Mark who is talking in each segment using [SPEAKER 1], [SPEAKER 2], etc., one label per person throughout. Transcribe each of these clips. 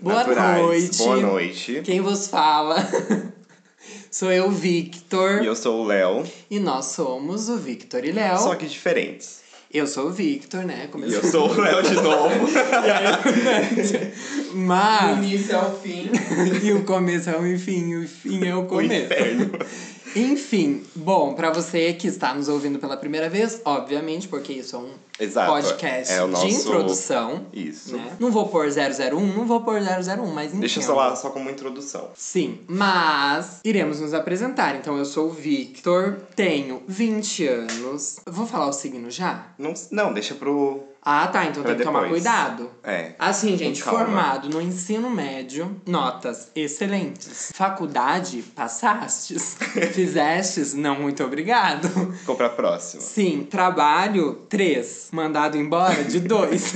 [SPEAKER 1] Boa
[SPEAKER 2] naturais.
[SPEAKER 1] noite.
[SPEAKER 2] Boa noite.
[SPEAKER 1] Quem vos fala? Sou eu, Victor.
[SPEAKER 2] E eu sou o Léo,
[SPEAKER 1] E nós somos o Victor e Léo.
[SPEAKER 2] só que diferentes.
[SPEAKER 1] Eu sou o Victor, né?
[SPEAKER 2] E eu sou o Léo de novo.
[SPEAKER 1] E aí, eu- É, né? Mas.
[SPEAKER 3] início ao fim.
[SPEAKER 1] e o começo é o enfim, o fim é o
[SPEAKER 2] o
[SPEAKER 1] começo.
[SPEAKER 2] inferno.
[SPEAKER 1] Enfim, bom, pra você que está nos ouvindo pela primeira vez, obviamente, porque isso é um
[SPEAKER 2] Exato.
[SPEAKER 1] podcast
[SPEAKER 2] é o nosso...
[SPEAKER 1] de introdução.
[SPEAKER 2] Isso.
[SPEAKER 1] né? Não vou pôr 001, não vou pôr 001, mas enfim. é um
[SPEAKER 2] Deixa eu falar só com uma introdução.
[SPEAKER 1] Sim, mas iremos nos apresentar. Então, eu sou o Victor, tenho 20 anos. Vou falar o signo já?
[SPEAKER 2] Não, não deixa pro...
[SPEAKER 1] Ah, tá, então
[SPEAKER 2] Pra
[SPEAKER 1] tem que tomar
[SPEAKER 2] depois.
[SPEAKER 1] cuidado.
[SPEAKER 2] É.
[SPEAKER 1] Assim, gente,
[SPEAKER 2] Com calma.
[SPEAKER 1] formado no ensino médio, notas excelentes. Faculdade, passastes. Fizestes, não muito obrigado.
[SPEAKER 2] Ficou pra próxima.
[SPEAKER 1] Sim, trabalho, três. Mandado embora, de dois.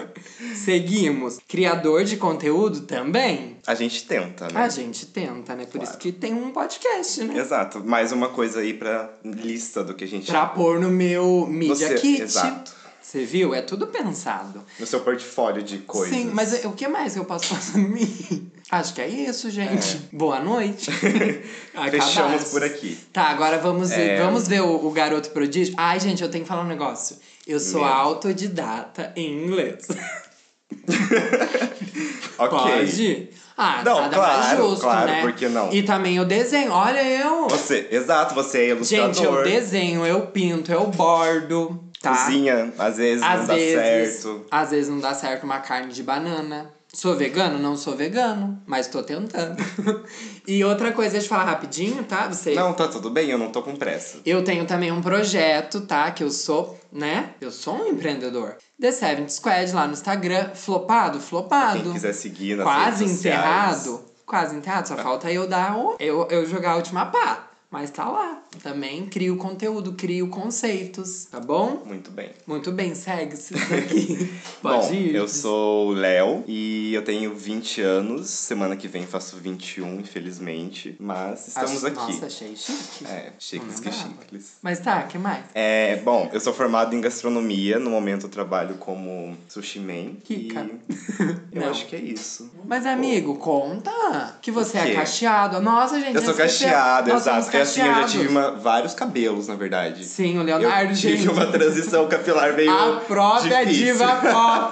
[SPEAKER 1] Seguimos. Criador de conteúdo também.
[SPEAKER 2] A gente tenta, né?
[SPEAKER 1] A gente tenta, né? Por isso que tem um podcast, né?
[SPEAKER 2] Exato. Mais uma coisa aí pra lista do que a gente...
[SPEAKER 1] Pra tipo- pôr no meu Media
[SPEAKER 2] Você-
[SPEAKER 1] Kit.
[SPEAKER 2] exato.
[SPEAKER 1] Você viu? É tudo pensado.
[SPEAKER 2] No seu portfólio de coisas.
[SPEAKER 1] Sim, mas o que mais eu posso fazer em mim? Acho que é isso, gente. Boa noite.
[SPEAKER 2] Fechamos
[SPEAKER 1] Ah, Acabasse.
[SPEAKER 2] por aqui. É.
[SPEAKER 1] Tá, agora vamos, vamos ver o, o garoto prodígio. Ai, gente, eu tenho que falar um negócio. Eu sou
[SPEAKER 2] Meu.
[SPEAKER 1] autodidata em inglês.
[SPEAKER 2] Ok.
[SPEAKER 1] Pode? Ah,
[SPEAKER 2] Não,
[SPEAKER 1] nada mais
[SPEAKER 2] claro,
[SPEAKER 1] justo,
[SPEAKER 2] claro,
[SPEAKER 1] né?
[SPEAKER 2] por que não?
[SPEAKER 1] E também eu desenho. Olha eu!
[SPEAKER 2] Você, exato, você é ilustrador.
[SPEAKER 1] Gente, eu desenho, eu pinto, eu bordo, tá?
[SPEAKER 2] Cozinha, às vezes
[SPEAKER 1] às
[SPEAKER 2] não dá
[SPEAKER 1] vezes,
[SPEAKER 2] certo.
[SPEAKER 1] às vezes não dá certo uma carne de banana. Sou vegano? Não sou vegano, mas tô tentando. e outra coisa, deixa eu falar rapidinho, tá? Você
[SPEAKER 2] Não, tá tudo bem, eu não tô com pressa.
[SPEAKER 1] Eu tenho também um projeto, tá? Que eu sou, né? Eu sou um empreendedor. The Seventh Squad lá no Instagram. Flopado, flopado.
[SPEAKER 2] Quem quiser seguir nas
[SPEAKER 1] quase
[SPEAKER 2] redes sociais. Ah.
[SPEAKER 1] enterrado. Quase enterrado. Só falta eu dar o, eu, eu jogar a última pá. Mas tá lá. Também crio conteúdo, crio conceitos, tá bom?
[SPEAKER 2] Muito bem.
[SPEAKER 1] Muito bem, segue-se daqui. Pode
[SPEAKER 2] Bom,
[SPEAKER 1] ir.
[SPEAKER 2] eu sou o Léo e eu tenho 20 anos. Semana que vem faço 21, infelizmente. Mas estamos
[SPEAKER 1] Acho-
[SPEAKER 2] aqui.
[SPEAKER 1] Nossa, achei chique.
[SPEAKER 2] É, chiques
[SPEAKER 1] Não
[SPEAKER 2] que
[SPEAKER 1] lembrava.
[SPEAKER 2] chiques.
[SPEAKER 1] Mas tá, que mais?
[SPEAKER 2] É, bom, eu sou formado em gastronomia. No momento eu trabalho como sushi man.
[SPEAKER 1] Kika.
[SPEAKER 2] E eu
[SPEAKER 1] Não.
[SPEAKER 2] acho que é isso.
[SPEAKER 1] Mas, amigo, conta que você
[SPEAKER 2] O quê?
[SPEAKER 1] é cacheado. Nossa, gente. é-
[SPEAKER 2] Eu sou
[SPEAKER 1] nós esquecemos.
[SPEAKER 2] cacheado,
[SPEAKER 1] Nós somos
[SPEAKER 2] exato. É assim, eu já
[SPEAKER 1] cacheados.
[SPEAKER 2] tive uma- vários cabelos, na verdade.
[SPEAKER 1] Sim, o Leonardo,
[SPEAKER 2] Eu
[SPEAKER 1] gente.
[SPEAKER 2] tive uma transição capilar meio
[SPEAKER 1] A própria
[SPEAKER 2] difícil.
[SPEAKER 1] diva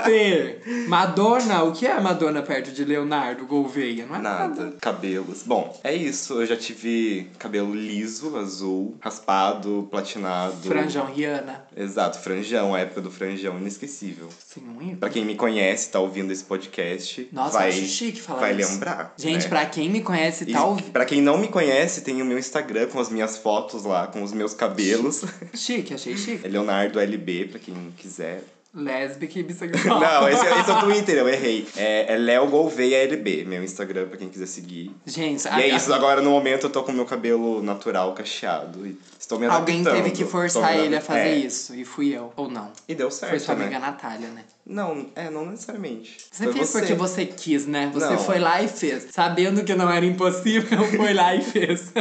[SPEAKER 1] pop. Madonna, o que é Madonna perto de Leonardo Gouveia? Não é nada.
[SPEAKER 2] Nada. Cabelos. Bom, é isso. Eu já tive cabelo liso, azul, raspado, platinado.
[SPEAKER 1] Franjão Rihanna.
[SPEAKER 2] Exato, franjão. A época do franjão, inesquecível.
[SPEAKER 1] Sim, um ícone.
[SPEAKER 2] Pra quem me conhece, tá ouvindo esse podcast,
[SPEAKER 1] Nossa,
[SPEAKER 2] vai,
[SPEAKER 1] eu acho chique falar
[SPEAKER 2] vai
[SPEAKER 1] isso.
[SPEAKER 2] lembrar.
[SPEAKER 1] Gente,
[SPEAKER 2] né?
[SPEAKER 1] pra quem me conhece,
[SPEAKER 2] E
[SPEAKER 1] tá ouvindo.
[SPEAKER 2] pra quem não me conhece, tem o meu Instagram com as minhas fotos lá, com os meus cabelos.
[SPEAKER 1] Chique, achei
[SPEAKER 2] É
[SPEAKER 1] chique.
[SPEAKER 2] Leonardo LB, pra quem quiser.
[SPEAKER 1] Lésbica e bissexual.
[SPEAKER 2] Não, esse, é- esse é o Twitter, eu errei. É, é Léo Gouveia LB, meu Instagram, pra quem quiser seguir.
[SPEAKER 1] Gente,
[SPEAKER 2] E
[SPEAKER 1] a-
[SPEAKER 2] é isso, agora no momento eu tô com meu cabelo natural cacheado e estou me
[SPEAKER 1] alguém
[SPEAKER 2] adaptando.
[SPEAKER 1] teve que
[SPEAKER 2] Tô
[SPEAKER 1] forçar
[SPEAKER 2] me
[SPEAKER 1] ele a fazer
[SPEAKER 2] é,
[SPEAKER 1] isso. E fui eu. Ou não.
[SPEAKER 2] E deu
[SPEAKER 1] Foi
[SPEAKER 2] certo,
[SPEAKER 1] sua
[SPEAKER 2] né?
[SPEAKER 1] amiga Natália, né?
[SPEAKER 2] Não, é, não necessariamente.
[SPEAKER 1] Você
[SPEAKER 2] Foi
[SPEAKER 1] fez porque você quis, né? Você
[SPEAKER 2] Não.
[SPEAKER 1] foi lá e fez. Sabendo que não era impossível, foi lá e fez.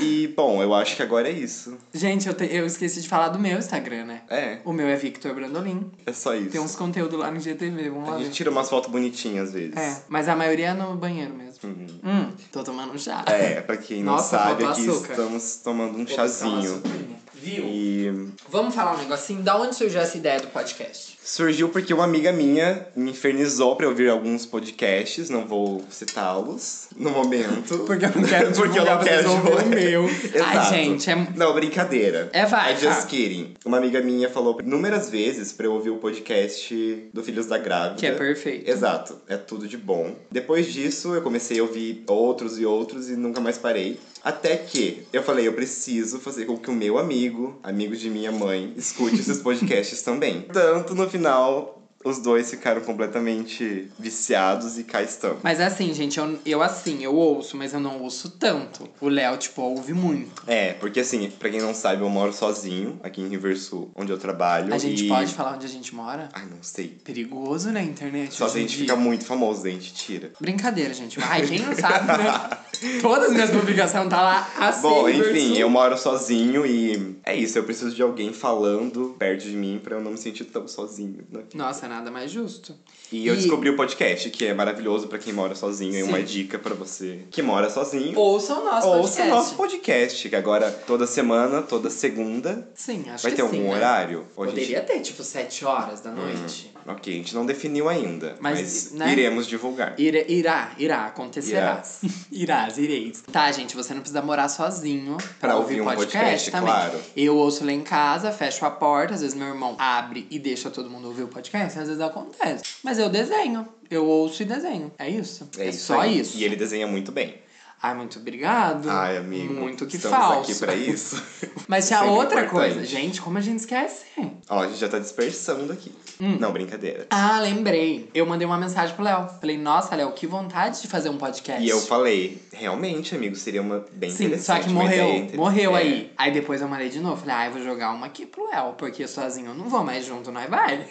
[SPEAKER 2] E, bom, eu acho que agora é isso.
[SPEAKER 1] Gente, eu, te- eu esqueci de falar do meu Instagram, né?
[SPEAKER 2] É,
[SPEAKER 1] O meu é Victor Brandolin.
[SPEAKER 2] é só isso.
[SPEAKER 1] Tem uns conteúdos lá no GTV, vamos lá
[SPEAKER 2] A gente
[SPEAKER 1] ver.
[SPEAKER 2] tira umas fotos bonitinhas às vezes.
[SPEAKER 1] É, mas a maioria é no banheiro mesmo.
[SPEAKER 2] Uhum.
[SPEAKER 1] Hum, tô tomando um chá.
[SPEAKER 2] É, pra quem não
[SPEAKER 1] Nossa,
[SPEAKER 2] sabe,
[SPEAKER 1] faltou
[SPEAKER 2] aqui
[SPEAKER 1] açúcar.
[SPEAKER 2] estamos tomando um
[SPEAKER 1] Vou buscar
[SPEAKER 2] chazinho.
[SPEAKER 1] uma açucarinha. Viu?
[SPEAKER 2] E
[SPEAKER 1] Vamos falar um negocinho? Da onde surgiu essa ideia do podcast?
[SPEAKER 2] surgiu porque uma amiga minha me infernizou pra eu ouvir alguns podcasts, não vou citá-los no momento.
[SPEAKER 1] Porque eu não quero
[SPEAKER 2] Porque eu
[SPEAKER 1] divulgar,
[SPEAKER 2] não quero
[SPEAKER 1] vocês vão ver o
[SPEAKER 2] divulgar.
[SPEAKER 1] meu. Ai,
[SPEAKER 2] Exato.
[SPEAKER 1] gente, é...
[SPEAKER 2] Não, brincadeira.
[SPEAKER 1] É, vai,
[SPEAKER 2] I just
[SPEAKER 1] tá.
[SPEAKER 2] kidding. Uma amiga minha falou inúmeras vezes pra eu ouvir o podcast do Filhos da Grávida.
[SPEAKER 1] que é perfeito.
[SPEAKER 2] Exato, é tudo de bom. Depois disso, eu comecei a ouvir outros e outros e nunca mais parei. Até que eu falei, eu preciso fazer com que o meu amigo, amigo de minha mãe, escute esses podcasts também. Tanto no final, os dois ficaram completamente viciados e cá estamos.
[SPEAKER 1] Mas assim, gente, eu, eu assim, eu ouço, mas eu não ouço tanto. O Léo, tipo, ouve muito.
[SPEAKER 2] É, porque assim, pra quem não sabe, eu moro sozinho aqui em Riversul, onde eu trabalho.
[SPEAKER 1] A gente
[SPEAKER 2] e...
[SPEAKER 1] pode falar onde a gente mora?
[SPEAKER 2] Ai, não sei.
[SPEAKER 1] Perigoso na internet.
[SPEAKER 2] Só
[SPEAKER 1] hoje
[SPEAKER 2] se
[SPEAKER 1] em
[SPEAKER 2] a gente
[SPEAKER 1] dia.
[SPEAKER 2] fica um muito famoso, a gente tira.
[SPEAKER 1] Brincadeira, gente. Ai, quem não sabe, né? Todas as minhas publicações tá lá assim.
[SPEAKER 2] Bom,
[SPEAKER 1] versus-
[SPEAKER 2] enfim, eu moro sozinho e é isso. Eu preciso de alguém falando perto de mim pra eu não me sentir tão sozinho. Né?
[SPEAKER 1] Nossa, nada mais justo.
[SPEAKER 2] E eu
[SPEAKER 1] E-
[SPEAKER 2] descobri o podcast, que é maravilhoso pra quem mora sozinho. É uma dica pra você que mora sozinho.
[SPEAKER 1] Ouça o nosso
[SPEAKER 2] Ouça o
[SPEAKER 1] podcast.
[SPEAKER 2] nosso podcast, que agora toda semana, toda segunda.
[SPEAKER 1] Sim, acho
[SPEAKER 2] Vai
[SPEAKER 1] que
[SPEAKER 2] ter
[SPEAKER 1] sim,
[SPEAKER 2] algum
[SPEAKER 1] né?
[SPEAKER 2] horário? Ou a gente-
[SPEAKER 1] Poderia ter, tipo, sete horas da noite.
[SPEAKER 2] Ok, a gente não definiu ainda, mas,
[SPEAKER 1] Mas, né?
[SPEAKER 2] iremos divulgar.
[SPEAKER 1] Ira- irá, irá, acontecerá. Irás, ireis. Tá, gente, você não precisa morar sozinho pra,
[SPEAKER 2] Pra
[SPEAKER 1] ouvir
[SPEAKER 2] ouvir
[SPEAKER 1] o
[SPEAKER 2] um
[SPEAKER 1] podcast,
[SPEAKER 2] podcast,
[SPEAKER 1] também.
[SPEAKER 2] claro.
[SPEAKER 1] Eu ouço lá em casa, fecho a porta, às vezes meu irmão abre e deixa todo mundo ouvir o podcast, às vezes acontece. Mas eu desenho, eu ouço e desenho. É isso. É, só
[SPEAKER 2] aí.
[SPEAKER 1] isso.
[SPEAKER 2] E ele desenha muito bem.
[SPEAKER 1] Ai, muito obrigado.
[SPEAKER 2] Ai, amigo.
[SPEAKER 1] Muito que
[SPEAKER 2] estamos
[SPEAKER 1] falso.
[SPEAKER 2] aqui pra isso.
[SPEAKER 1] Mas tinha
[SPEAKER 2] Sempre
[SPEAKER 1] outra
[SPEAKER 2] importante.
[SPEAKER 1] coisa. Gente, como a gente esquece?
[SPEAKER 2] Ó, a gente já tá dispersando aqui.
[SPEAKER 1] Hum.
[SPEAKER 2] Não, brincadeira.
[SPEAKER 1] Ah, lembrei. Eu mandei uma mensagem pro Léo. Falei, nossa, Léo, que vontade de fazer um podcast.
[SPEAKER 2] E eu falei, realmente, amigo, seria uma bem
[SPEAKER 1] Sim, só
[SPEAKER 2] interessante.
[SPEAKER 1] que
[SPEAKER 2] uma
[SPEAKER 1] morreu.
[SPEAKER 2] ideia inter-
[SPEAKER 1] Morreu
[SPEAKER 2] É.
[SPEAKER 1] aí. Aí depois eu mandei de novo. Falei, ah, eu vou jogar uma aqui pro Léo, porque sozinho eu não vou, mas junto nós vai.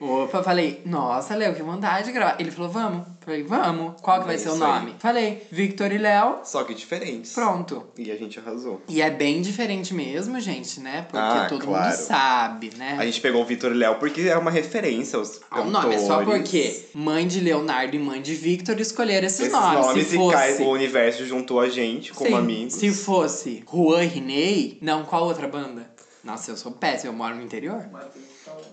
[SPEAKER 1] Opa, falei, nossa, Léo, que vontade de gravar. Ele falou, vamos. Falei, vamos. Qual que vai
[SPEAKER 2] É
[SPEAKER 1] ser o
[SPEAKER 2] isso aí.
[SPEAKER 1] nome? Falei, Victor e Léo.
[SPEAKER 2] Só que diferentes.
[SPEAKER 1] Pronto.
[SPEAKER 2] E a gente arrasou.
[SPEAKER 1] E é bem diferente mesmo, gente, né? Porque
[SPEAKER 2] Ah,
[SPEAKER 1] todo
[SPEAKER 2] claro.
[SPEAKER 1] mundo sabe, né?
[SPEAKER 2] A gente pegou o Vitor e Léo porque é uma referência aos
[SPEAKER 1] Ah,
[SPEAKER 2] cantores.
[SPEAKER 1] O nome é só porque mãe de Leonardo e mãe de Victor escolheram esses,
[SPEAKER 2] Esses
[SPEAKER 1] nomes.
[SPEAKER 2] nomes
[SPEAKER 1] se
[SPEAKER 2] e
[SPEAKER 1] fosse...
[SPEAKER 2] Kai- o universo juntou a gente como
[SPEAKER 1] Sim,
[SPEAKER 2] amigos.
[SPEAKER 1] Se fosse Juan Rinei, não, qual outra banda? Nossa, eu sou péssimo, eu moro no interior.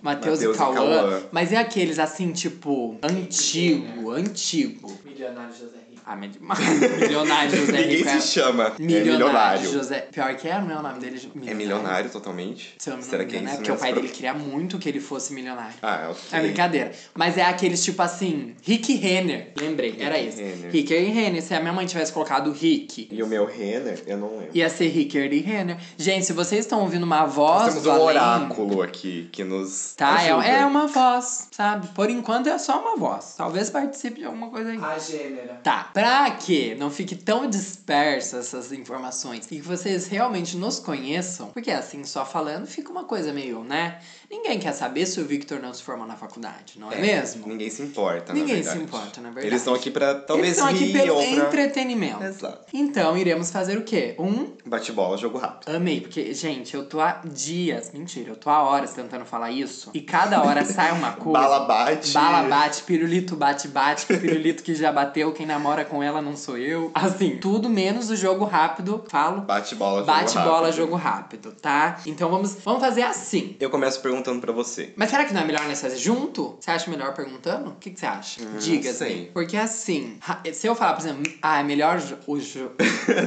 [SPEAKER 1] Matheus e
[SPEAKER 2] Matheus e
[SPEAKER 1] Cauã.
[SPEAKER 2] Cauã.
[SPEAKER 1] Mas é aqueles assim, tipo, antigo, antigo.
[SPEAKER 3] Milionário José Rico.
[SPEAKER 1] Ah, mas é demais. Milionário José
[SPEAKER 2] Ninguém
[SPEAKER 1] Rico. é-
[SPEAKER 2] se chama.
[SPEAKER 1] Milionário,
[SPEAKER 2] é milionário.
[SPEAKER 1] José. Pior que é, não é o nome dele?
[SPEAKER 2] É milionário totalmente?
[SPEAKER 1] Se eu não
[SPEAKER 2] Será
[SPEAKER 1] me
[SPEAKER 2] que é
[SPEAKER 1] engano,
[SPEAKER 2] isso
[SPEAKER 1] é porque o
[SPEAKER 2] mesmo?
[SPEAKER 1] pai dele queria muito que ele fosse milionário.
[SPEAKER 2] Ah, ok.
[SPEAKER 1] É brincadeira. Mas é aqueles tipo assim, Rick Renner. Lembrei, era
[SPEAKER 2] Rick
[SPEAKER 1] isso.
[SPEAKER 2] Renner.
[SPEAKER 1] Rick Renner. Se a minha mãe tivesse colocado Rick,
[SPEAKER 2] E o meu Renner, eu não lembro.
[SPEAKER 1] ia ser Rick e Renner. Gente, se vocês estão ouvindo uma voz.
[SPEAKER 2] Nós temos
[SPEAKER 1] do
[SPEAKER 2] um
[SPEAKER 1] além,
[SPEAKER 2] oráculo aqui que nos.
[SPEAKER 1] Tá, é,
[SPEAKER 2] ajuda.
[SPEAKER 1] é uma voz, sabe? Por enquanto é só uma voz. Talvez participe de alguma coisa aí.
[SPEAKER 3] A gênera.
[SPEAKER 1] Tá, pra que não fique tão dispersa essas informações e que vocês realmente nos conheçam, porque assim, só falando fica uma coisa meio, né? Ninguém quer saber se o Victor não se formou na faculdade, não é, mesmo?
[SPEAKER 2] Ninguém se importa, na
[SPEAKER 1] Ninguém
[SPEAKER 2] verdade.
[SPEAKER 1] se importa, na verdade.
[SPEAKER 2] Eles estão aqui pra talvez
[SPEAKER 1] Eles estão aqui
[SPEAKER 2] rir
[SPEAKER 1] pelo
[SPEAKER 2] ou pra...
[SPEAKER 1] entretenimento.
[SPEAKER 2] Exato.
[SPEAKER 1] Então, iremos fazer o quê? Um
[SPEAKER 2] Bate-bola, jogo rápido.
[SPEAKER 1] Amei, porque, gente, eu tô há dias, mentira, eu tô há horas tentando falar isso. E cada hora sai uma coisa.
[SPEAKER 2] Bala bate.
[SPEAKER 1] Bala bate, pirulito bate, bate, que pirulito que já bateu, quem namora com ela não sou eu. Assim, tudo menos o jogo rápido, falo.
[SPEAKER 2] Bate-bola, jogo
[SPEAKER 1] Bate
[SPEAKER 2] rápido.
[SPEAKER 1] bola, jogo rápido, tá? Então vamos, vamos fazer assim.
[SPEAKER 2] Eu começo perguntando pra você.
[SPEAKER 1] Mas será que não é melhor nós fazer junto? Você acha melhor perguntando? O que, que você acha?
[SPEAKER 2] Hum, não
[SPEAKER 1] Diga-se.
[SPEAKER 2] sei.
[SPEAKER 1] Porque assim, ra- se eu falar, por exemplo, ah, é melhor jo- o, jo-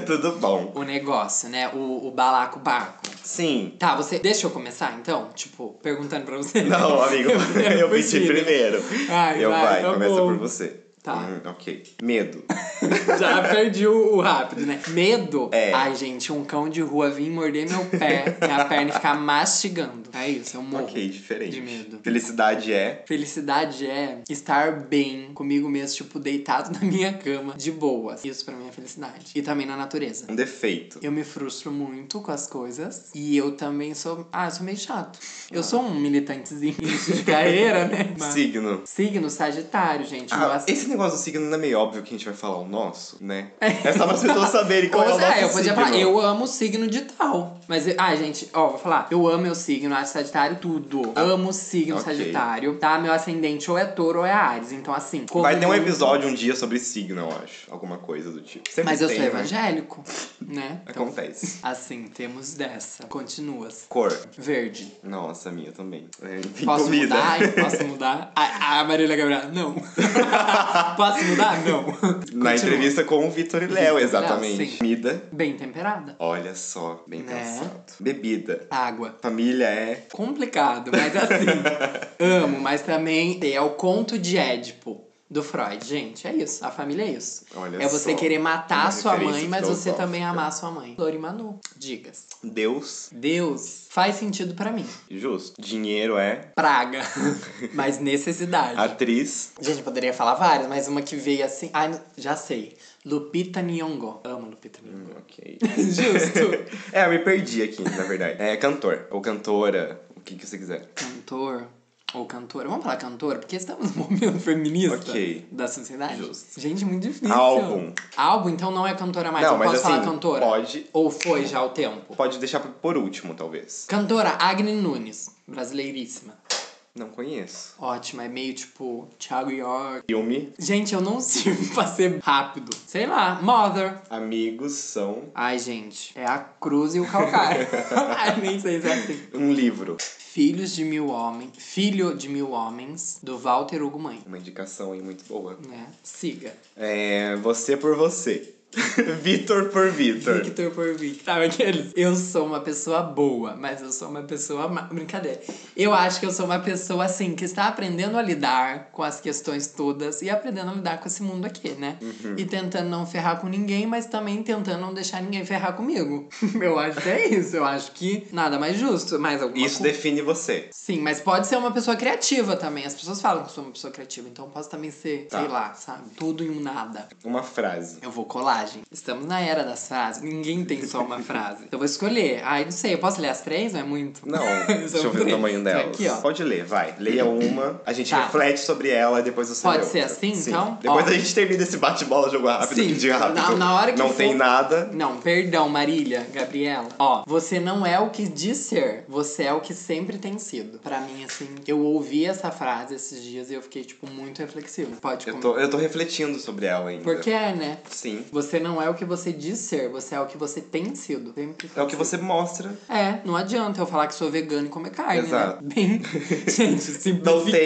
[SPEAKER 2] Tudo bom.
[SPEAKER 1] o negócio, né? O, o balaco barco.
[SPEAKER 2] Sim.
[SPEAKER 1] Tá, você. Deixa eu começar então? Tipo, perguntando pra você. é
[SPEAKER 2] Não, amigo, eu pedi
[SPEAKER 1] possível.
[SPEAKER 2] primeiro.
[SPEAKER 1] Ai,
[SPEAKER 2] eu
[SPEAKER 1] vai,
[SPEAKER 2] vai,
[SPEAKER 1] tá
[SPEAKER 2] começa
[SPEAKER 1] bom.
[SPEAKER 2] por você.
[SPEAKER 1] Tá.
[SPEAKER 2] Hum, ok. Medo.
[SPEAKER 1] Já perdi o, o rápido, né? Medo.
[SPEAKER 2] É.
[SPEAKER 1] Ai, gente, um cão de rua vir morder meu pé, minha perna e ficar mastigando. É isso, eu morro.
[SPEAKER 2] ok, diferente.
[SPEAKER 1] de medo.
[SPEAKER 2] Felicidade é.
[SPEAKER 1] Felicidade é estar bem comigo mesmo, tipo, deitado na minha cama, de boas. Isso pra mim é felicidade. E também na natureza.
[SPEAKER 2] Um defeito.
[SPEAKER 1] Eu me frustro muito com as coisas. E eu também sou. Ah, eu sou meio chato. Eu sou um militantezinho de carreira, né? Mas-
[SPEAKER 2] Signo.
[SPEAKER 1] Signo Sagitário, gente.
[SPEAKER 2] Ah,
[SPEAKER 1] meu ascendente-
[SPEAKER 2] esse negócio do signo não é meio óbvio que a gente vai falar o nosso, né? É só para as pessoas saberem qual é o
[SPEAKER 1] Ou
[SPEAKER 2] nosso
[SPEAKER 1] é, eu podia
[SPEAKER 2] signo.
[SPEAKER 1] falar, eu amo o signo de tal. Mas, eu- ah, gente, ó, vou falar. Eu amo meu signo, acho sagitário tudo. Amo o signo
[SPEAKER 2] ok.
[SPEAKER 1] sagitário, tá? Meu ascendente ou é touro ou é ares. Então, assim... como
[SPEAKER 2] Vai ter um
[SPEAKER 1] eu-
[SPEAKER 2] episódio um dia sobre signo, eu acho. Alguma coisa do tipo. Sempre
[SPEAKER 1] Mas eu
[SPEAKER 2] tem,
[SPEAKER 1] sou
[SPEAKER 2] né?
[SPEAKER 1] evangélico, né? Então,
[SPEAKER 2] Acontece.
[SPEAKER 1] assim, temos dessa. Continuas.
[SPEAKER 2] Cor.
[SPEAKER 1] Verde.
[SPEAKER 2] Nossa, a minha também. É, enfim,
[SPEAKER 1] Posso
[SPEAKER 2] comida.
[SPEAKER 1] mudar? Eu Posso mudar? A, a Marília Gabriela, não. Posso mudar? Não.
[SPEAKER 2] Na
[SPEAKER 1] Continua.
[SPEAKER 2] entrevista com o Vitor e Léo,
[SPEAKER 1] Léo,
[SPEAKER 2] exatamente.
[SPEAKER 1] sim.
[SPEAKER 2] Comida.
[SPEAKER 1] Bem temperada.
[SPEAKER 2] Olha só, bem
[SPEAKER 1] Né?
[SPEAKER 2] pensado. Bebida.
[SPEAKER 1] Água.
[SPEAKER 2] Família é.
[SPEAKER 1] complicado, mas assim, amo, mas também é o conto de Édipo do Freud, gente, é isso, a família é isso.
[SPEAKER 2] Olha
[SPEAKER 1] é você
[SPEAKER 2] só,
[SPEAKER 1] querer matar
[SPEAKER 2] uma
[SPEAKER 1] a sua mãe,
[SPEAKER 2] referência
[SPEAKER 1] mas você também
[SPEAKER 2] filosófica.
[SPEAKER 1] amar a sua mãe. Lori Manu, dicas.
[SPEAKER 2] Deus.
[SPEAKER 1] Deus faz sentido pra mim.
[SPEAKER 2] Justo. Dinheiro é.
[SPEAKER 1] Praga, mas necessidade.
[SPEAKER 2] Atriz.
[SPEAKER 1] Gente, eu poderia falar várias, mas uma que veio assim, ai, não- já sei. Lupita Nyong'o. Amo Lupita Nyong'o.
[SPEAKER 2] Ok.
[SPEAKER 1] Justo.
[SPEAKER 2] É, eu me perdi aqui, na verdade. É cantor. Ou cantora. O que, que você quiser.
[SPEAKER 1] Cantor ou cantora. Vamos falar cantora, porque estamos no momento feminista
[SPEAKER 2] Ok.
[SPEAKER 1] da sociedade.
[SPEAKER 2] Justo.
[SPEAKER 1] Gente, muito difícil.
[SPEAKER 2] Álbum.
[SPEAKER 1] Álbum, então não é cantora mais.
[SPEAKER 2] Não,
[SPEAKER 1] eu
[SPEAKER 2] mas
[SPEAKER 1] posso falar
[SPEAKER 2] assim,
[SPEAKER 1] cantora?
[SPEAKER 2] pode.
[SPEAKER 1] Ou foi já o tempo?
[SPEAKER 2] Pode deixar por último, talvez.
[SPEAKER 1] Cantora Agni Nunes, brasileiríssima.
[SPEAKER 2] Não conheço.
[SPEAKER 1] Ótimo, é meio tipo Thiago York.
[SPEAKER 2] Filme,
[SPEAKER 1] Gente, eu não sirvo pra ser rápido. Sei lá, Mother.
[SPEAKER 2] amigos são
[SPEAKER 1] Ai, gente, é a cruz e o calcário. Ai, nem sei se é assim.
[SPEAKER 2] um livro.
[SPEAKER 1] Filhos de Mil Homens. Filho de Mil Homens, do Walter Hugo Mãe.
[SPEAKER 2] Uma indicação aí muito boa.
[SPEAKER 1] Né? Siga.
[SPEAKER 2] É Você por Você. Vitor por Vitor.
[SPEAKER 1] Victor por Victor. Sabe aqueles? Eu sou uma pessoa boa, mas eu sou uma pessoa má. Brincadeira. Eu acho que eu sou uma pessoa, assim, que está aprendendo a lidar com as questões todas e aprendendo a lidar com esse mundo aqui, né?
[SPEAKER 2] Uhum.
[SPEAKER 1] E tentando não ferrar com ninguém, mas também tentando não deixar ninguém ferrar comigo. eu acho que é isso. Eu acho que nada mais justo. Mais alguma
[SPEAKER 2] Isso
[SPEAKER 1] cu-
[SPEAKER 2] define você.
[SPEAKER 1] Sim, mas pode ser uma pessoa criativa também. As pessoas falam que eu sou uma pessoa criativa, então eu posso também ser,
[SPEAKER 2] Tá.
[SPEAKER 1] sei lá, sabe? Tudo em um nada.
[SPEAKER 2] Uma frase.
[SPEAKER 1] Eu vou colagem. Estamos na era das frases. Ninguém tem só uma frase. Eu vou escolher. Ai, não sei. Eu posso ler as três? Não é muito?
[SPEAKER 2] Não,
[SPEAKER 1] São
[SPEAKER 2] deixa eu ver o
[SPEAKER 1] três.
[SPEAKER 2] tamanho delas.
[SPEAKER 1] Aqui, ó.
[SPEAKER 2] Pode ler, vai. Leia uma, a gente
[SPEAKER 1] Tá.
[SPEAKER 2] reflete sobre ela e depois você
[SPEAKER 1] Pode
[SPEAKER 2] lê
[SPEAKER 1] ser
[SPEAKER 2] outra.
[SPEAKER 1] assim,
[SPEAKER 2] Sim.
[SPEAKER 1] então?
[SPEAKER 2] Depois
[SPEAKER 1] Ó.
[SPEAKER 2] a gente termina esse bate-bola, jogo rápido,
[SPEAKER 1] Sim.
[SPEAKER 2] aqui de rápido.
[SPEAKER 1] Na- na hora que
[SPEAKER 2] Não
[SPEAKER 1] for-
[SPEAKER 2] tem nada.
[SPEAKER 1] Não, perdão, Marília, Gabriela. Ó, você não é o que diz ser, você é o que sempre tem sido. Pra mim, assim, eu ouvi essa frase esses dias e eu fiquei, tipo, muito reflexiva. Pode
[SPEAKER 2] Eu
[SPEAKER 1] comentar.
[SPEAKER 2] tô, eu tô refletindo sobre ela ainda.
[SPEAKER 1] Porque é, né?
[SPEAKER 2] Sim.
[SPEAKER 1] Você não é o que você diz ser, você é o que você tem sido. Sempre
[SPEAKER 2] É o que
[SPEAKER 1] foi.
[SPEAKER 2] você mostra.
[SPEAKER 1] É, não adianta eu falar que sou vegano e comer carne,
[SPEAKER 2] Exato.
[SPEAKER 1] né? Bem, gente, simplifiquei.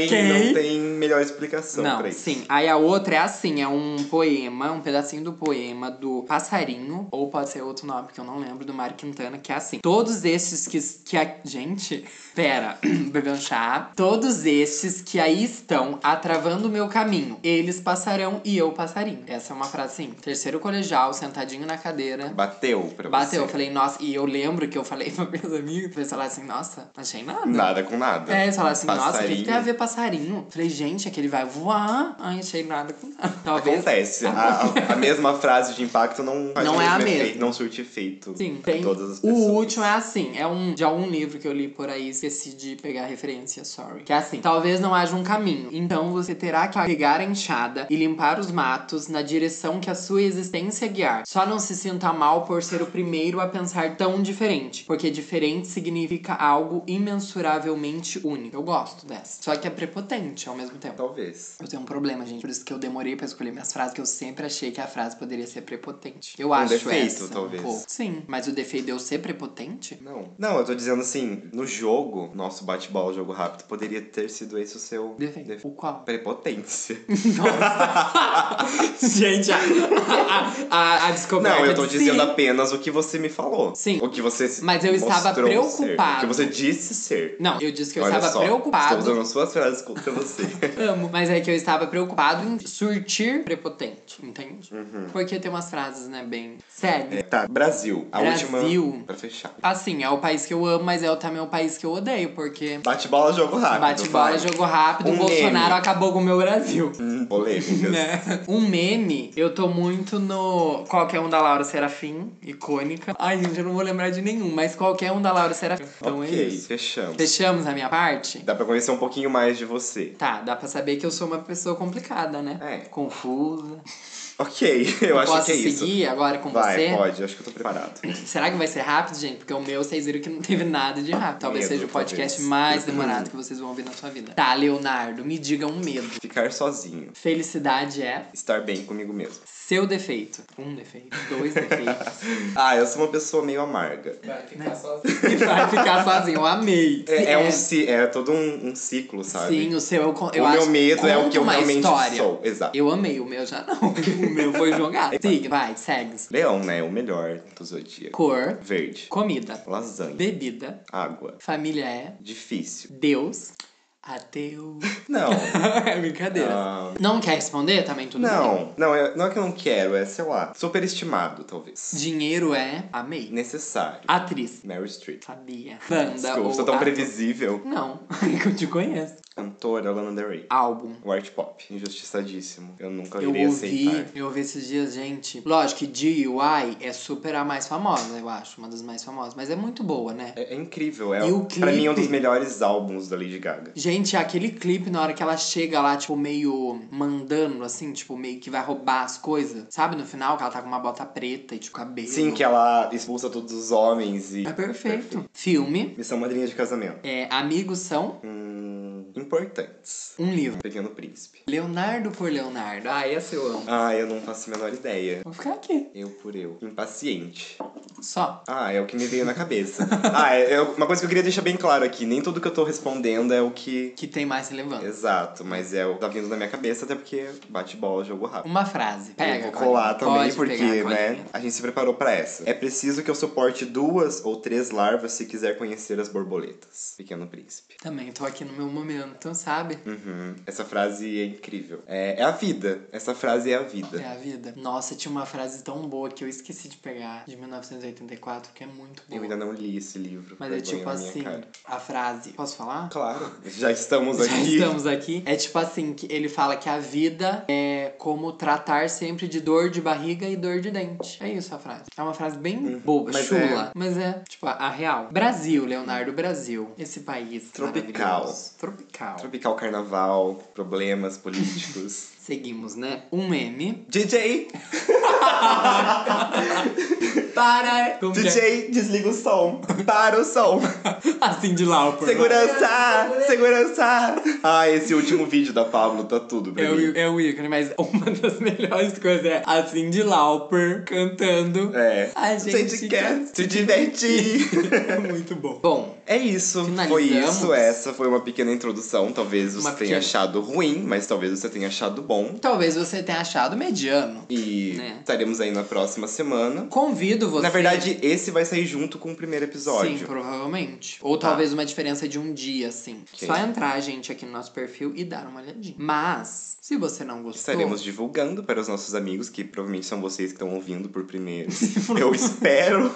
[SPEAKER 2] Não tem, não tem melhor explicação
[SPEAKER 1] Não,
[SPEAKER 2] pra isso.
[SPEAKER 1] sim. Aí a outra é assim, é um poema, um pedacinho do poema do Passarinho, ou pode ser outro nome que eu não lembro, do Mário Quintana, que é assim. Todos estes que... que a... Gente, pera, bebeu um chá. Todos estes que aí estão atravando o meu caminho, eles passarão e eu passarinho. Essa é uma frase assim. Terceiro colegial, sentadinho na cadeira.
[SPEAKER 2] Bateu pra você.
[SPEAKER 1] Bateu, eu falei, nossa, e eu lembro que eu falei pra meus amigos, eles falaram assim, nossa, achei nada.
[SPEAKER 2] Nada com nada.
[SPEAKER 1] É, eles falaram assim, nossa, o que que
[SPEAKER 2] Passarinho.
[SPEAKER 1] tem a ver passarinho? Falei, gente, é que ele vai voar. Ai, achei nada com nada.
[SPEAKER 2] É
[SPEAKER 1] Talvez.
[SPEAKER 2] Acontece. A, a- a mesma frase de impacto não faz
[SPEAKER 1] Tá Não
[SPEAKER 2] o
[SPEAKER 1] é a
[SPEAKER 2] mesmo efeito,
[SPEAKER 1] mesma.
[SPEAKER 2] Não surte efeito
[SPEAKER 1] Sim,
[SPEAKER 2] pra
[SPEAKER 1] tem.
[SPEAKER 2] todas as
[SPEAKER 1] O
[SPEAKER 2] pessoas.
[SPEAKER 1] último é assim, é um de algum livro que eu li por aí, esqueci de pegar a referência, sorry. Que é assim, talvez não haja um caminho, então você terá que pegar a enxada e limpar os matos na direção que a sua existência guiar. Só não se sinta mal por ser o primeiro a pensar tão diferente, porque diferente significa algo imensuravelmente único. Eu gosto dessa. Só que é prepotente ao mesmo tempo.
[SPEAKER 2] Talvez.
[SPEAKER 1] Eu tenho um problema, gente. Por isso que eu demorei pra escolher minhas frases, que eu sempre achei que a frase poderia ser prepotente. Eu acho
[SPEAKER 2] defeito,
[SPEAKER 1] essa, um
[SPEAKER 2] talvez.
[SPEAKER 1] pouco. Sim, mas o defeito de eu ser prepotente?
[SPEAKER 2] Não. Não, eu tô dizendo assim, no jogo, nosso bate-bola, jogo rápido, poderia ter sido esse o seu
[SPEAKER 1] Defeito.
[SPEAKER 2] defe-
[SPEAKER 1] O qual?
[SPEAKER 2] Prepotência.
[SPEAKER 1] Nossa! gente, a, a, a, a descoberta
[SPEAKER 2] Não, eu tô
[SPEAKER 1] de si.
[SPEAKER 2] dizendo apenas o que você me falou.
[SPEAKER 1] Sim.
[SPEAKER 2] O que você se
[SPEAKER 1] Mas eu estava
[SPEAKER 2] mostrou ser,
[SPEAKER 1] preocupado.
[SPEAKER 2] o que você disse ser.
[SPEAKER 1] Não, eu disse que eu
[SPEAKER 2] Olha
[SPEAKER 1] estava
[SPEAKER 2] só,
[SPEAKER 1] preocupado.
[SPEAKER 2] Estou usando as suas frases contra você.
[SPEAKER 1] Amo. Mas é que eu estava preocupado em surtir prepotente, entende?
[SPEAKER 2] Uhum.
[SPEAKER 1] Porque tem umas frases, né, bem sérias.
[SPEAKER 2] É, tá, Brasil. A
[SPEAKER 1] Brasil.
[SPEAKER 2] última. Pra fechar.
[SPEAKER 1] Assim, é o país que eu amo, mas é o- também o país que eu odeio, porque
[SPEAKER 2] Bate-bola, jogo rápido.
[SPEAKER 1] bate-bola,
[SPEAKER 2] Ah, vai.
[SPEAKER 1] jogo rápido,
[SPEAKER 2] Um
[SPEAKER 1] Bolsonaro
[SPEAKER 2] meme.
[SPEAKER 1] acabou com o meu Brasil.
[SPEAKER 2] Hum, Polêmicas.
[SPEAKER 1] né? Um meme, eu tô muito no qualquer um da Laura Serafim, icônica. Ai, gente, eu não vou lembrar de nenhum, mas qualquer um da Laura Serafim. Então é
[SPEAKER 2] ok,
[SPEAKER 1] isso.
[SPEAKER 2] fechamos.
[SPEAKER 1] Fechamos a minha parte?
[SPEAKER 2] Dá pra conhecer um pouquinho mais de você.
[SPEAKER 1] Tá, dá pra saber que eu sou uma pessoa complicada, né?
[SPEAKER 2] É.
[SPEAKER 1] Confusa.
[SPEAKER 2] Ok, eu acho
[SPEAKER 1] Posso
[SPEAKER 2] que é isso.
[SPEAKER 1] seguir agora com
[SPEAKER 2] Vai,
[SPEAKER 1] você?
[SPEAKER 2] pode, acho que eu tô preparado.
[SPEAKER 1] Será que vai ser rápido, gente? Porque o meu, vocês viram que não teve nada de rápido. Talvez
[SPEAKER 2] Medo,
[SPEAKER 1] seja o podcast
[SPEAKER 2] talvez. Uhum.
[SPEAKER 1] mais demorado que vocês vão ouvir na sua vida. Tá, Leonardo, me diga um medo.
[SPEAKER 2] Ficar sozinho.
[SPEAKER 1] Felicidade é
[SPEAKER 2] Estar bem comigo mesmo.
[SPEAKER 1] seu defeito. Um defeito, dois defeitos.
[SPEAKER 2] Ah, eu sou uma pessoa meio amarga.
[SPEAKER 3] Vai ficar sozinho.
[SPEAKER 1] que vai ficar sozinho. Eu amei.
[SPEAKER 2] É, é um, ci- é todo um, um ciclo, sabe?
[SPEAKER 1] Sim, o seu eu, con- eu
[SPEAKER 2] o
[SPEAKER 1] acho
[SPEAKER 2] meu medo é o
[SPEAKER 1] conta
[SPEAKER 2] que eu
[SPEAKER 1] uma
[SPEAKER 2] realmente
[SPEAKER 1] história.
[SPEAKER 2] sou. Exato.
[SPEAKER 1] Eu amei, o meu já não. O meu foi jogado. Siga, vai, segue.
[SPEAKER 2] Leão, né? O melhor do zodíaco.
[SPEAKER 1] Cor,
[SPEAKER 2] Verde.
[SPEAKER 1] comida,
[SPEAKER 2] Lasanha.
[SPEAKER 1] bebida,
[SPEAKER 2] Água.
[SPEAKER 1] família é
[SPEAKER 2] Difícil.
[SPEAKER 1] Deus, ateu.
[SPEAKER 2] Não.
[SPEAKER 1] é brincadeira.
[SPEAKER 2] Ah,
[SPEAKER 1] Não quer responder? Também tudo bem.
[SPEAKER 2] não, não é, não é que eu não quero, é, sei lá, superestimado, talvez.
[SPEAKER 1] Dinheiro é amei.
[SPEAKER 2] Necessário.
[SPEAKER 1] Atriz,
[SPEAKER 2] Meryl Streep.
[SPEAKER 1] sabia. Banda
[SPEAKER 2] Desculpa,
[SPEAKER 1] ou
[SPEAKER 2] sou tão
[SPEAKER 1] ator.
[SPEAKER 2] previsível.
[SPEAKER 1] Não, que eu te conheço.
[SPEAKER 2] Cantora Lana Del Rey.
[SPEAKER 1] Álbum.
[SPEAKER 2] O art pop. Injustiçadíssimo. Eu nunca
[SPEAKER 1] Eu
[SPEAKER 2] iria
[SPEAKER 1] ouvi,
[SPEAKER 2] aceitar.
[SPEAKER 1] eu ouvi esses dias, gente. Lógico que DIY é super a mais famosa, eu acho, uma das mais famosas, mas é muito boa, né?
[SPEAKER 2] É, é incrível. É,
[SPEAKER 1] E o
[SPEAKER 2] pra mim é um dos
[SPEAKER 1] clipe?
[SPEAKER 2] melhores álbuns da Lady Gaga.
[SPEAKER 1] Gente, aquele clipe na hora que ela chega lá, tipo, meio mandando, assim, tipo, meio que vai roubar as coisas. Sabe, no final, que ela tá com uma bota preta e, tipo, cabelo.
[SPEAKER 2] Sim, que é ela expulsa todos os homens e.
[SPEAKER 1] É perfeito. Filme
[SPEAKER 2] Missão madrinha de casamento.
[SPEAKER 1] é Amigos São
[SPEAKER 2] Hum, importantes.
[SPEAKER 1] Um livro.
[SPEAKER 2] Pequeno Príncipe.
[SPEAKER 1] Leonardo por Leonardo. Ah, essa eu amo.
[SPEAKER 2] Ah, eu não faço a menor ideia.
[SPEAKER 1] Vou ficar aqui.
[SPEAKER 2] Eu por eu. Impaciente.
[SPEAKER 1] Só.
[SPEAKER 2] Ah, é o que me veio na cabeça. ah, é, é uma coisa que eu queria deixar bem claro aqui. Nem tudo que eu tô respondendo é o que.
[SPEAKER 1] Que tem mais relevância.
[SPEAKER 2] Exato, mas é o que tá vindo na minha cabeça, até porque bate bola, jogo rápido.
[SPEAKER 1] Uma frase. Pega,
[SPEAKER 2] eu É, vou colar
[SPEAKER 1] Colinha.
[SPEAKER 2] também,
[SPEAKER 1] Pode
[SPEAKER 2] porque,
[SPEAKER 1] pegar,
[SPEAKER 2] né?
[SPEAKER 1] Colinha.
[SPEAKER 2] A gente se preparou pra essa. É preciso que eu suporte duas ou três larvas se quiser conhecer as borboletas. Pequeno príncipe.
[SPEAKER 1] Também tô aqui no meu momento, sabe?
[SPEAKER 2] Uhum. Essa frase é incrível. É, é a vida. Essa frase é a
[SPEAKER 1] É
[SPEAKER 2] vida.
[SPEAKER 1] a vida. Nossa, tinha uma frase tão boa que eu esqueci de pegar, de 1984, que é muito boa.
[SPEAKER 2] Eu ainda não li esse livro.
[SPEAKER 1] Mas é
[SPEAKER 2] vergonha
[SPEAKER 1] tipo
[SPEAKER 2] na minha
[SPEAKER 1] assim,
[SPEAKER 2] cara.
[SPEAKER 1] a frase. Posso falar?
[SPEAKER 2] Claro, já estamos
[SPEAKER 1] Já
[SPEAKER 2] aqui.
[SPEAKER 1] estamos aqui. É tipo assim, que ele fala que a vida é como tratar sempre de dor de barriga e dor de dente. É isso a frase. É uma frase bem boba,
[SPEAKER 2] Uhum. mas
[SPEAKER 1] chula. Mas é, tipo, a, a real. Brasil, Leonardo, Brasil. Esse país
[SPEAKER 2] Tropical.
[SPEAKER 1] maravilhoso. Tropical.
[SPEAKER 2] Tropical Carnaval, problemas políticos.
[SPEAKER 1] Seguimos, né? Um meme.
[SPEAKER 2] DJ!
[SPEAKER 1] Para... Como que é?
[SPEAKER 2] DJ, desliga o som. Para o som.
[SPEAKER 1] Assim de Lauper.
[SPEAKER 2] Segurança! Segurança! Ah, esse último vídeo da Pablo tá tudo pra
[SPEAKER 1] É
[SPEAKER 2] mim.
[SPEAKER 1] o, é o ícone, mas uma das melhores coisas é a Cindy Lauper cantando.
[SPEAKER 2] É.
[SPEAKER 1] A gente
[SPEAKER 2] quer
[SPEAKER 1] quer
[SPEAKER 2] se divertir.
[SPEAKER 1] É muito bom. Bom,
[SPEAKER 2] É isso. Foi
[SPEAKER 1] Finalizamos.
[SPEAKER 2] isso. Essa foi uma pequena introdução. Talvez você
[SPEAKER 1] Uma
[SPEAKER 2] tenha
[SPEAKER 1] pequena.
[SPEAKER 2] achado ruim, mas talvez você tenha achado bom.
[SPEAKER 1] talvez você tenha achado mediano.
[SPEAKER 2] E
[SPEAKER 1] Né.
[SPEAKER 2] estaremos aí na próxima semana.
[SPEAKER 1] Convido você.
[SPEAKER 2] Na verdade, esse vai sair junto com o primeiro
[SPEAKER 1] Sim,
[SPEAKER 2] episódio.
[SPEAKER 1] provavelmente. Ou
[SPEAKER 2] Tá.
[SPEAKER 1] talvez uma diferença de um dia, assim.
[SPEAKER 2] Ok.
[SPEAKER 1] Só entrar, gente, aqui no nosso perfil e dar uma olhadinha. Mas, se você não gostou.
[SPEAKER 2] Estaremos divulgando para os nossos amigos, que provavelmente são vocês que estão ouvindo por primeiro. Eu espero.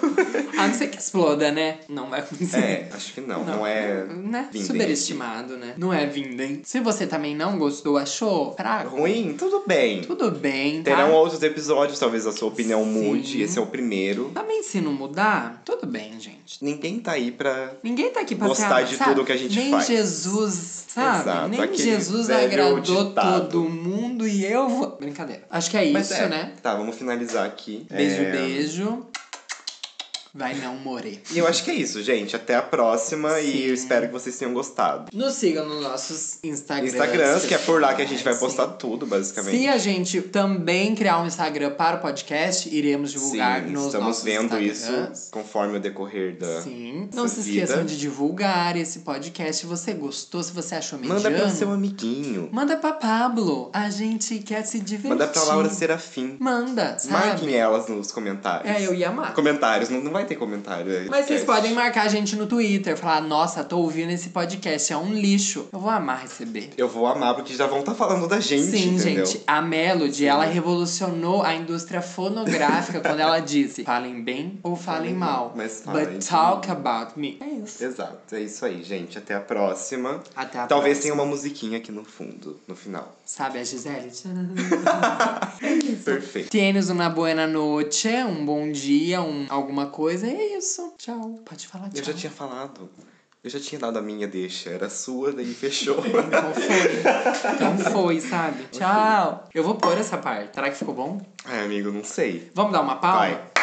[SPEAKER 1] A não ser que exploda, né? Não vai acontecer.
[SPEAKER 2] É, acho que não. Não, é.
[SPEAKER 1] Né?
[SPEAKER 2] Vindem.
[SPEAKER 1] Superestimado, né? Não é vindem. Se você também não gostou, achou fraco,
[SPEAKER 2] Ruim? Tudo bem.
[SPEAKER 1] tudo bem, tá?
[SPEAKER 2] Terão outros episódios, talvez a sua opinião
[SPEAKER 1] Sim.
[SPEAKER 2] mude. Esse é o primeiro.
[SPEAKER 1] Também se não mudar, tudo bem, gente.
[SPEAKER 2] Ninguém tá aí pra.
[SPEAKER 1] Ninguém tá aqui pra
[SPEAKER 2] Gostar
[SPEAKER 1] ser amado,
[SPEAKER 2] de
[SPEAKER 1] sabe?
[SPEAKER 2] tudo que a gente
[SPEAKER 1] Nem
[SPEAKER 2] faz.
[SPEAKER 1] Jesus, sabe?
[SPEAKER 2] Exato,
[SPEAKER 1] Nem
[SPEAKER 2] aquele
[SPEAKER 1] Jesus
[SPEAKER 2] velho
[SPEAKER 1] agradou
[SPEAKER 2] ditado.
[SPEAKER 1] todo mundo e eu vou. Brincadeira. Acho que é
[SPEAKER 2] Mas
[SPEAKER 1] isso,
[SPEAKER 2] é.
[SPEAKER 1] né?
[SPEAKER 2] Tá, vamos finalizar aqui.
[SPEAKER 1] Beijo,
[SPEAKER 2] É,
[SPEAKER 1] beijo. Vai não, More.
[SPEAKER 2] E eu acho que é isso, gente. Até a próxima
[SPEAKER 1] Sim.
[SPEAKER 2] e eu espero que vocês tenham gostado.
[SPEAKER 1] Nos sigam nos nossos Instagrams.
[SPEAKER 2] Instagrams, que é por lá que a gente vai
[SPEAKER 1] Sim.
[SPEAKER 2] postar tudo, basicamente.
[SPEAKER 1] Se a gente também criar um Instagram para o podcast, iremos divulgar
[SPEAKER 2] Sim,
[SPEAKER 1] nos
[SPEAKER 2] estamos
[SPEAKER 1] nossos
[SPEAKER 2] vendo
[SPEAKER 1] Instagrams.
[SPEAKER 2] isso conforme o decorrer da.
[SPEAKER 1] Sim. Não se
[SPEAKER 2] É. vida.
[SPEAKER 1] esqueçam de divulgar esse podcast. Se você gostou, se você achou mediano,
[SPEAKER 2] Manda um- pro seu amiguinho.
[SPEAKER 1] Manda pra Pablo. A gente quer se divertir.
[SPEAKER 2] Manda pra Laura Serafim.
[SPEAKER 1] Manda, sabe?
[SPEAKER 2] Marquem elas nos comentários.
[SPEAKER 1] É, eu ia amar.
[SPEAKER 2] Comentários, não, não vai ter comentário. é
[SPEAKER 1] Mas vocês
[SPEAKER 2] podcast.
[SPEAKER 1] podem marcar a gente no Twitter, falar, nossa, tô ouvindo esse podcast, é um lixo. Eu vou amar receber.
[SPEAKER 2] Eu vou amar, porque já vão estar falando da gente,
[SPEAKER 1] Sim,
[SPEAKER 2] entendeu?
[SPEAKER 1] gente, a Melody, ela revolucionou a indústria fonográfica quando ela disse: falem bem ou falem
[SPEAKER 2] Falem
[SPEAKER 1] mal.
[SPEAKER 2] mal, mas falem.
[SPEAKER 1] But talk about me. É isso.
[SPEAKER 2] Exato, é isso aí, gente. Até a próxima.
[SPEAKER 1] Até a
[SPEAKER 2] Talvez
[SPEAKER 1] próxima.
[SPEAKER 2] tenha um uma musiquinha aqui no fundo, no final.
[SPEAKER 1] Sabe a Gisele?
[SPEAKER 2] Perfeito.
[SPEAKER 1] Tênis, uma buena noite, um bom dia, um alguma coisa. E é isso. Tchau. Pode falar tchau.
[SPEAKER 2] Eu já tinha falado. Eu já tinha dado a minha deixa. Era sua, daí fechou.
[SPEAKER 1] Então foi. Então foi, sabe? Tchau. Eu vou pôr essa parte. Será que ficou bom?
[SPEAKER 2] Ai, amigo, não sei.
[SPEAKER 1] Vamos dar uma palma?
[SPEAKER 2] Vai.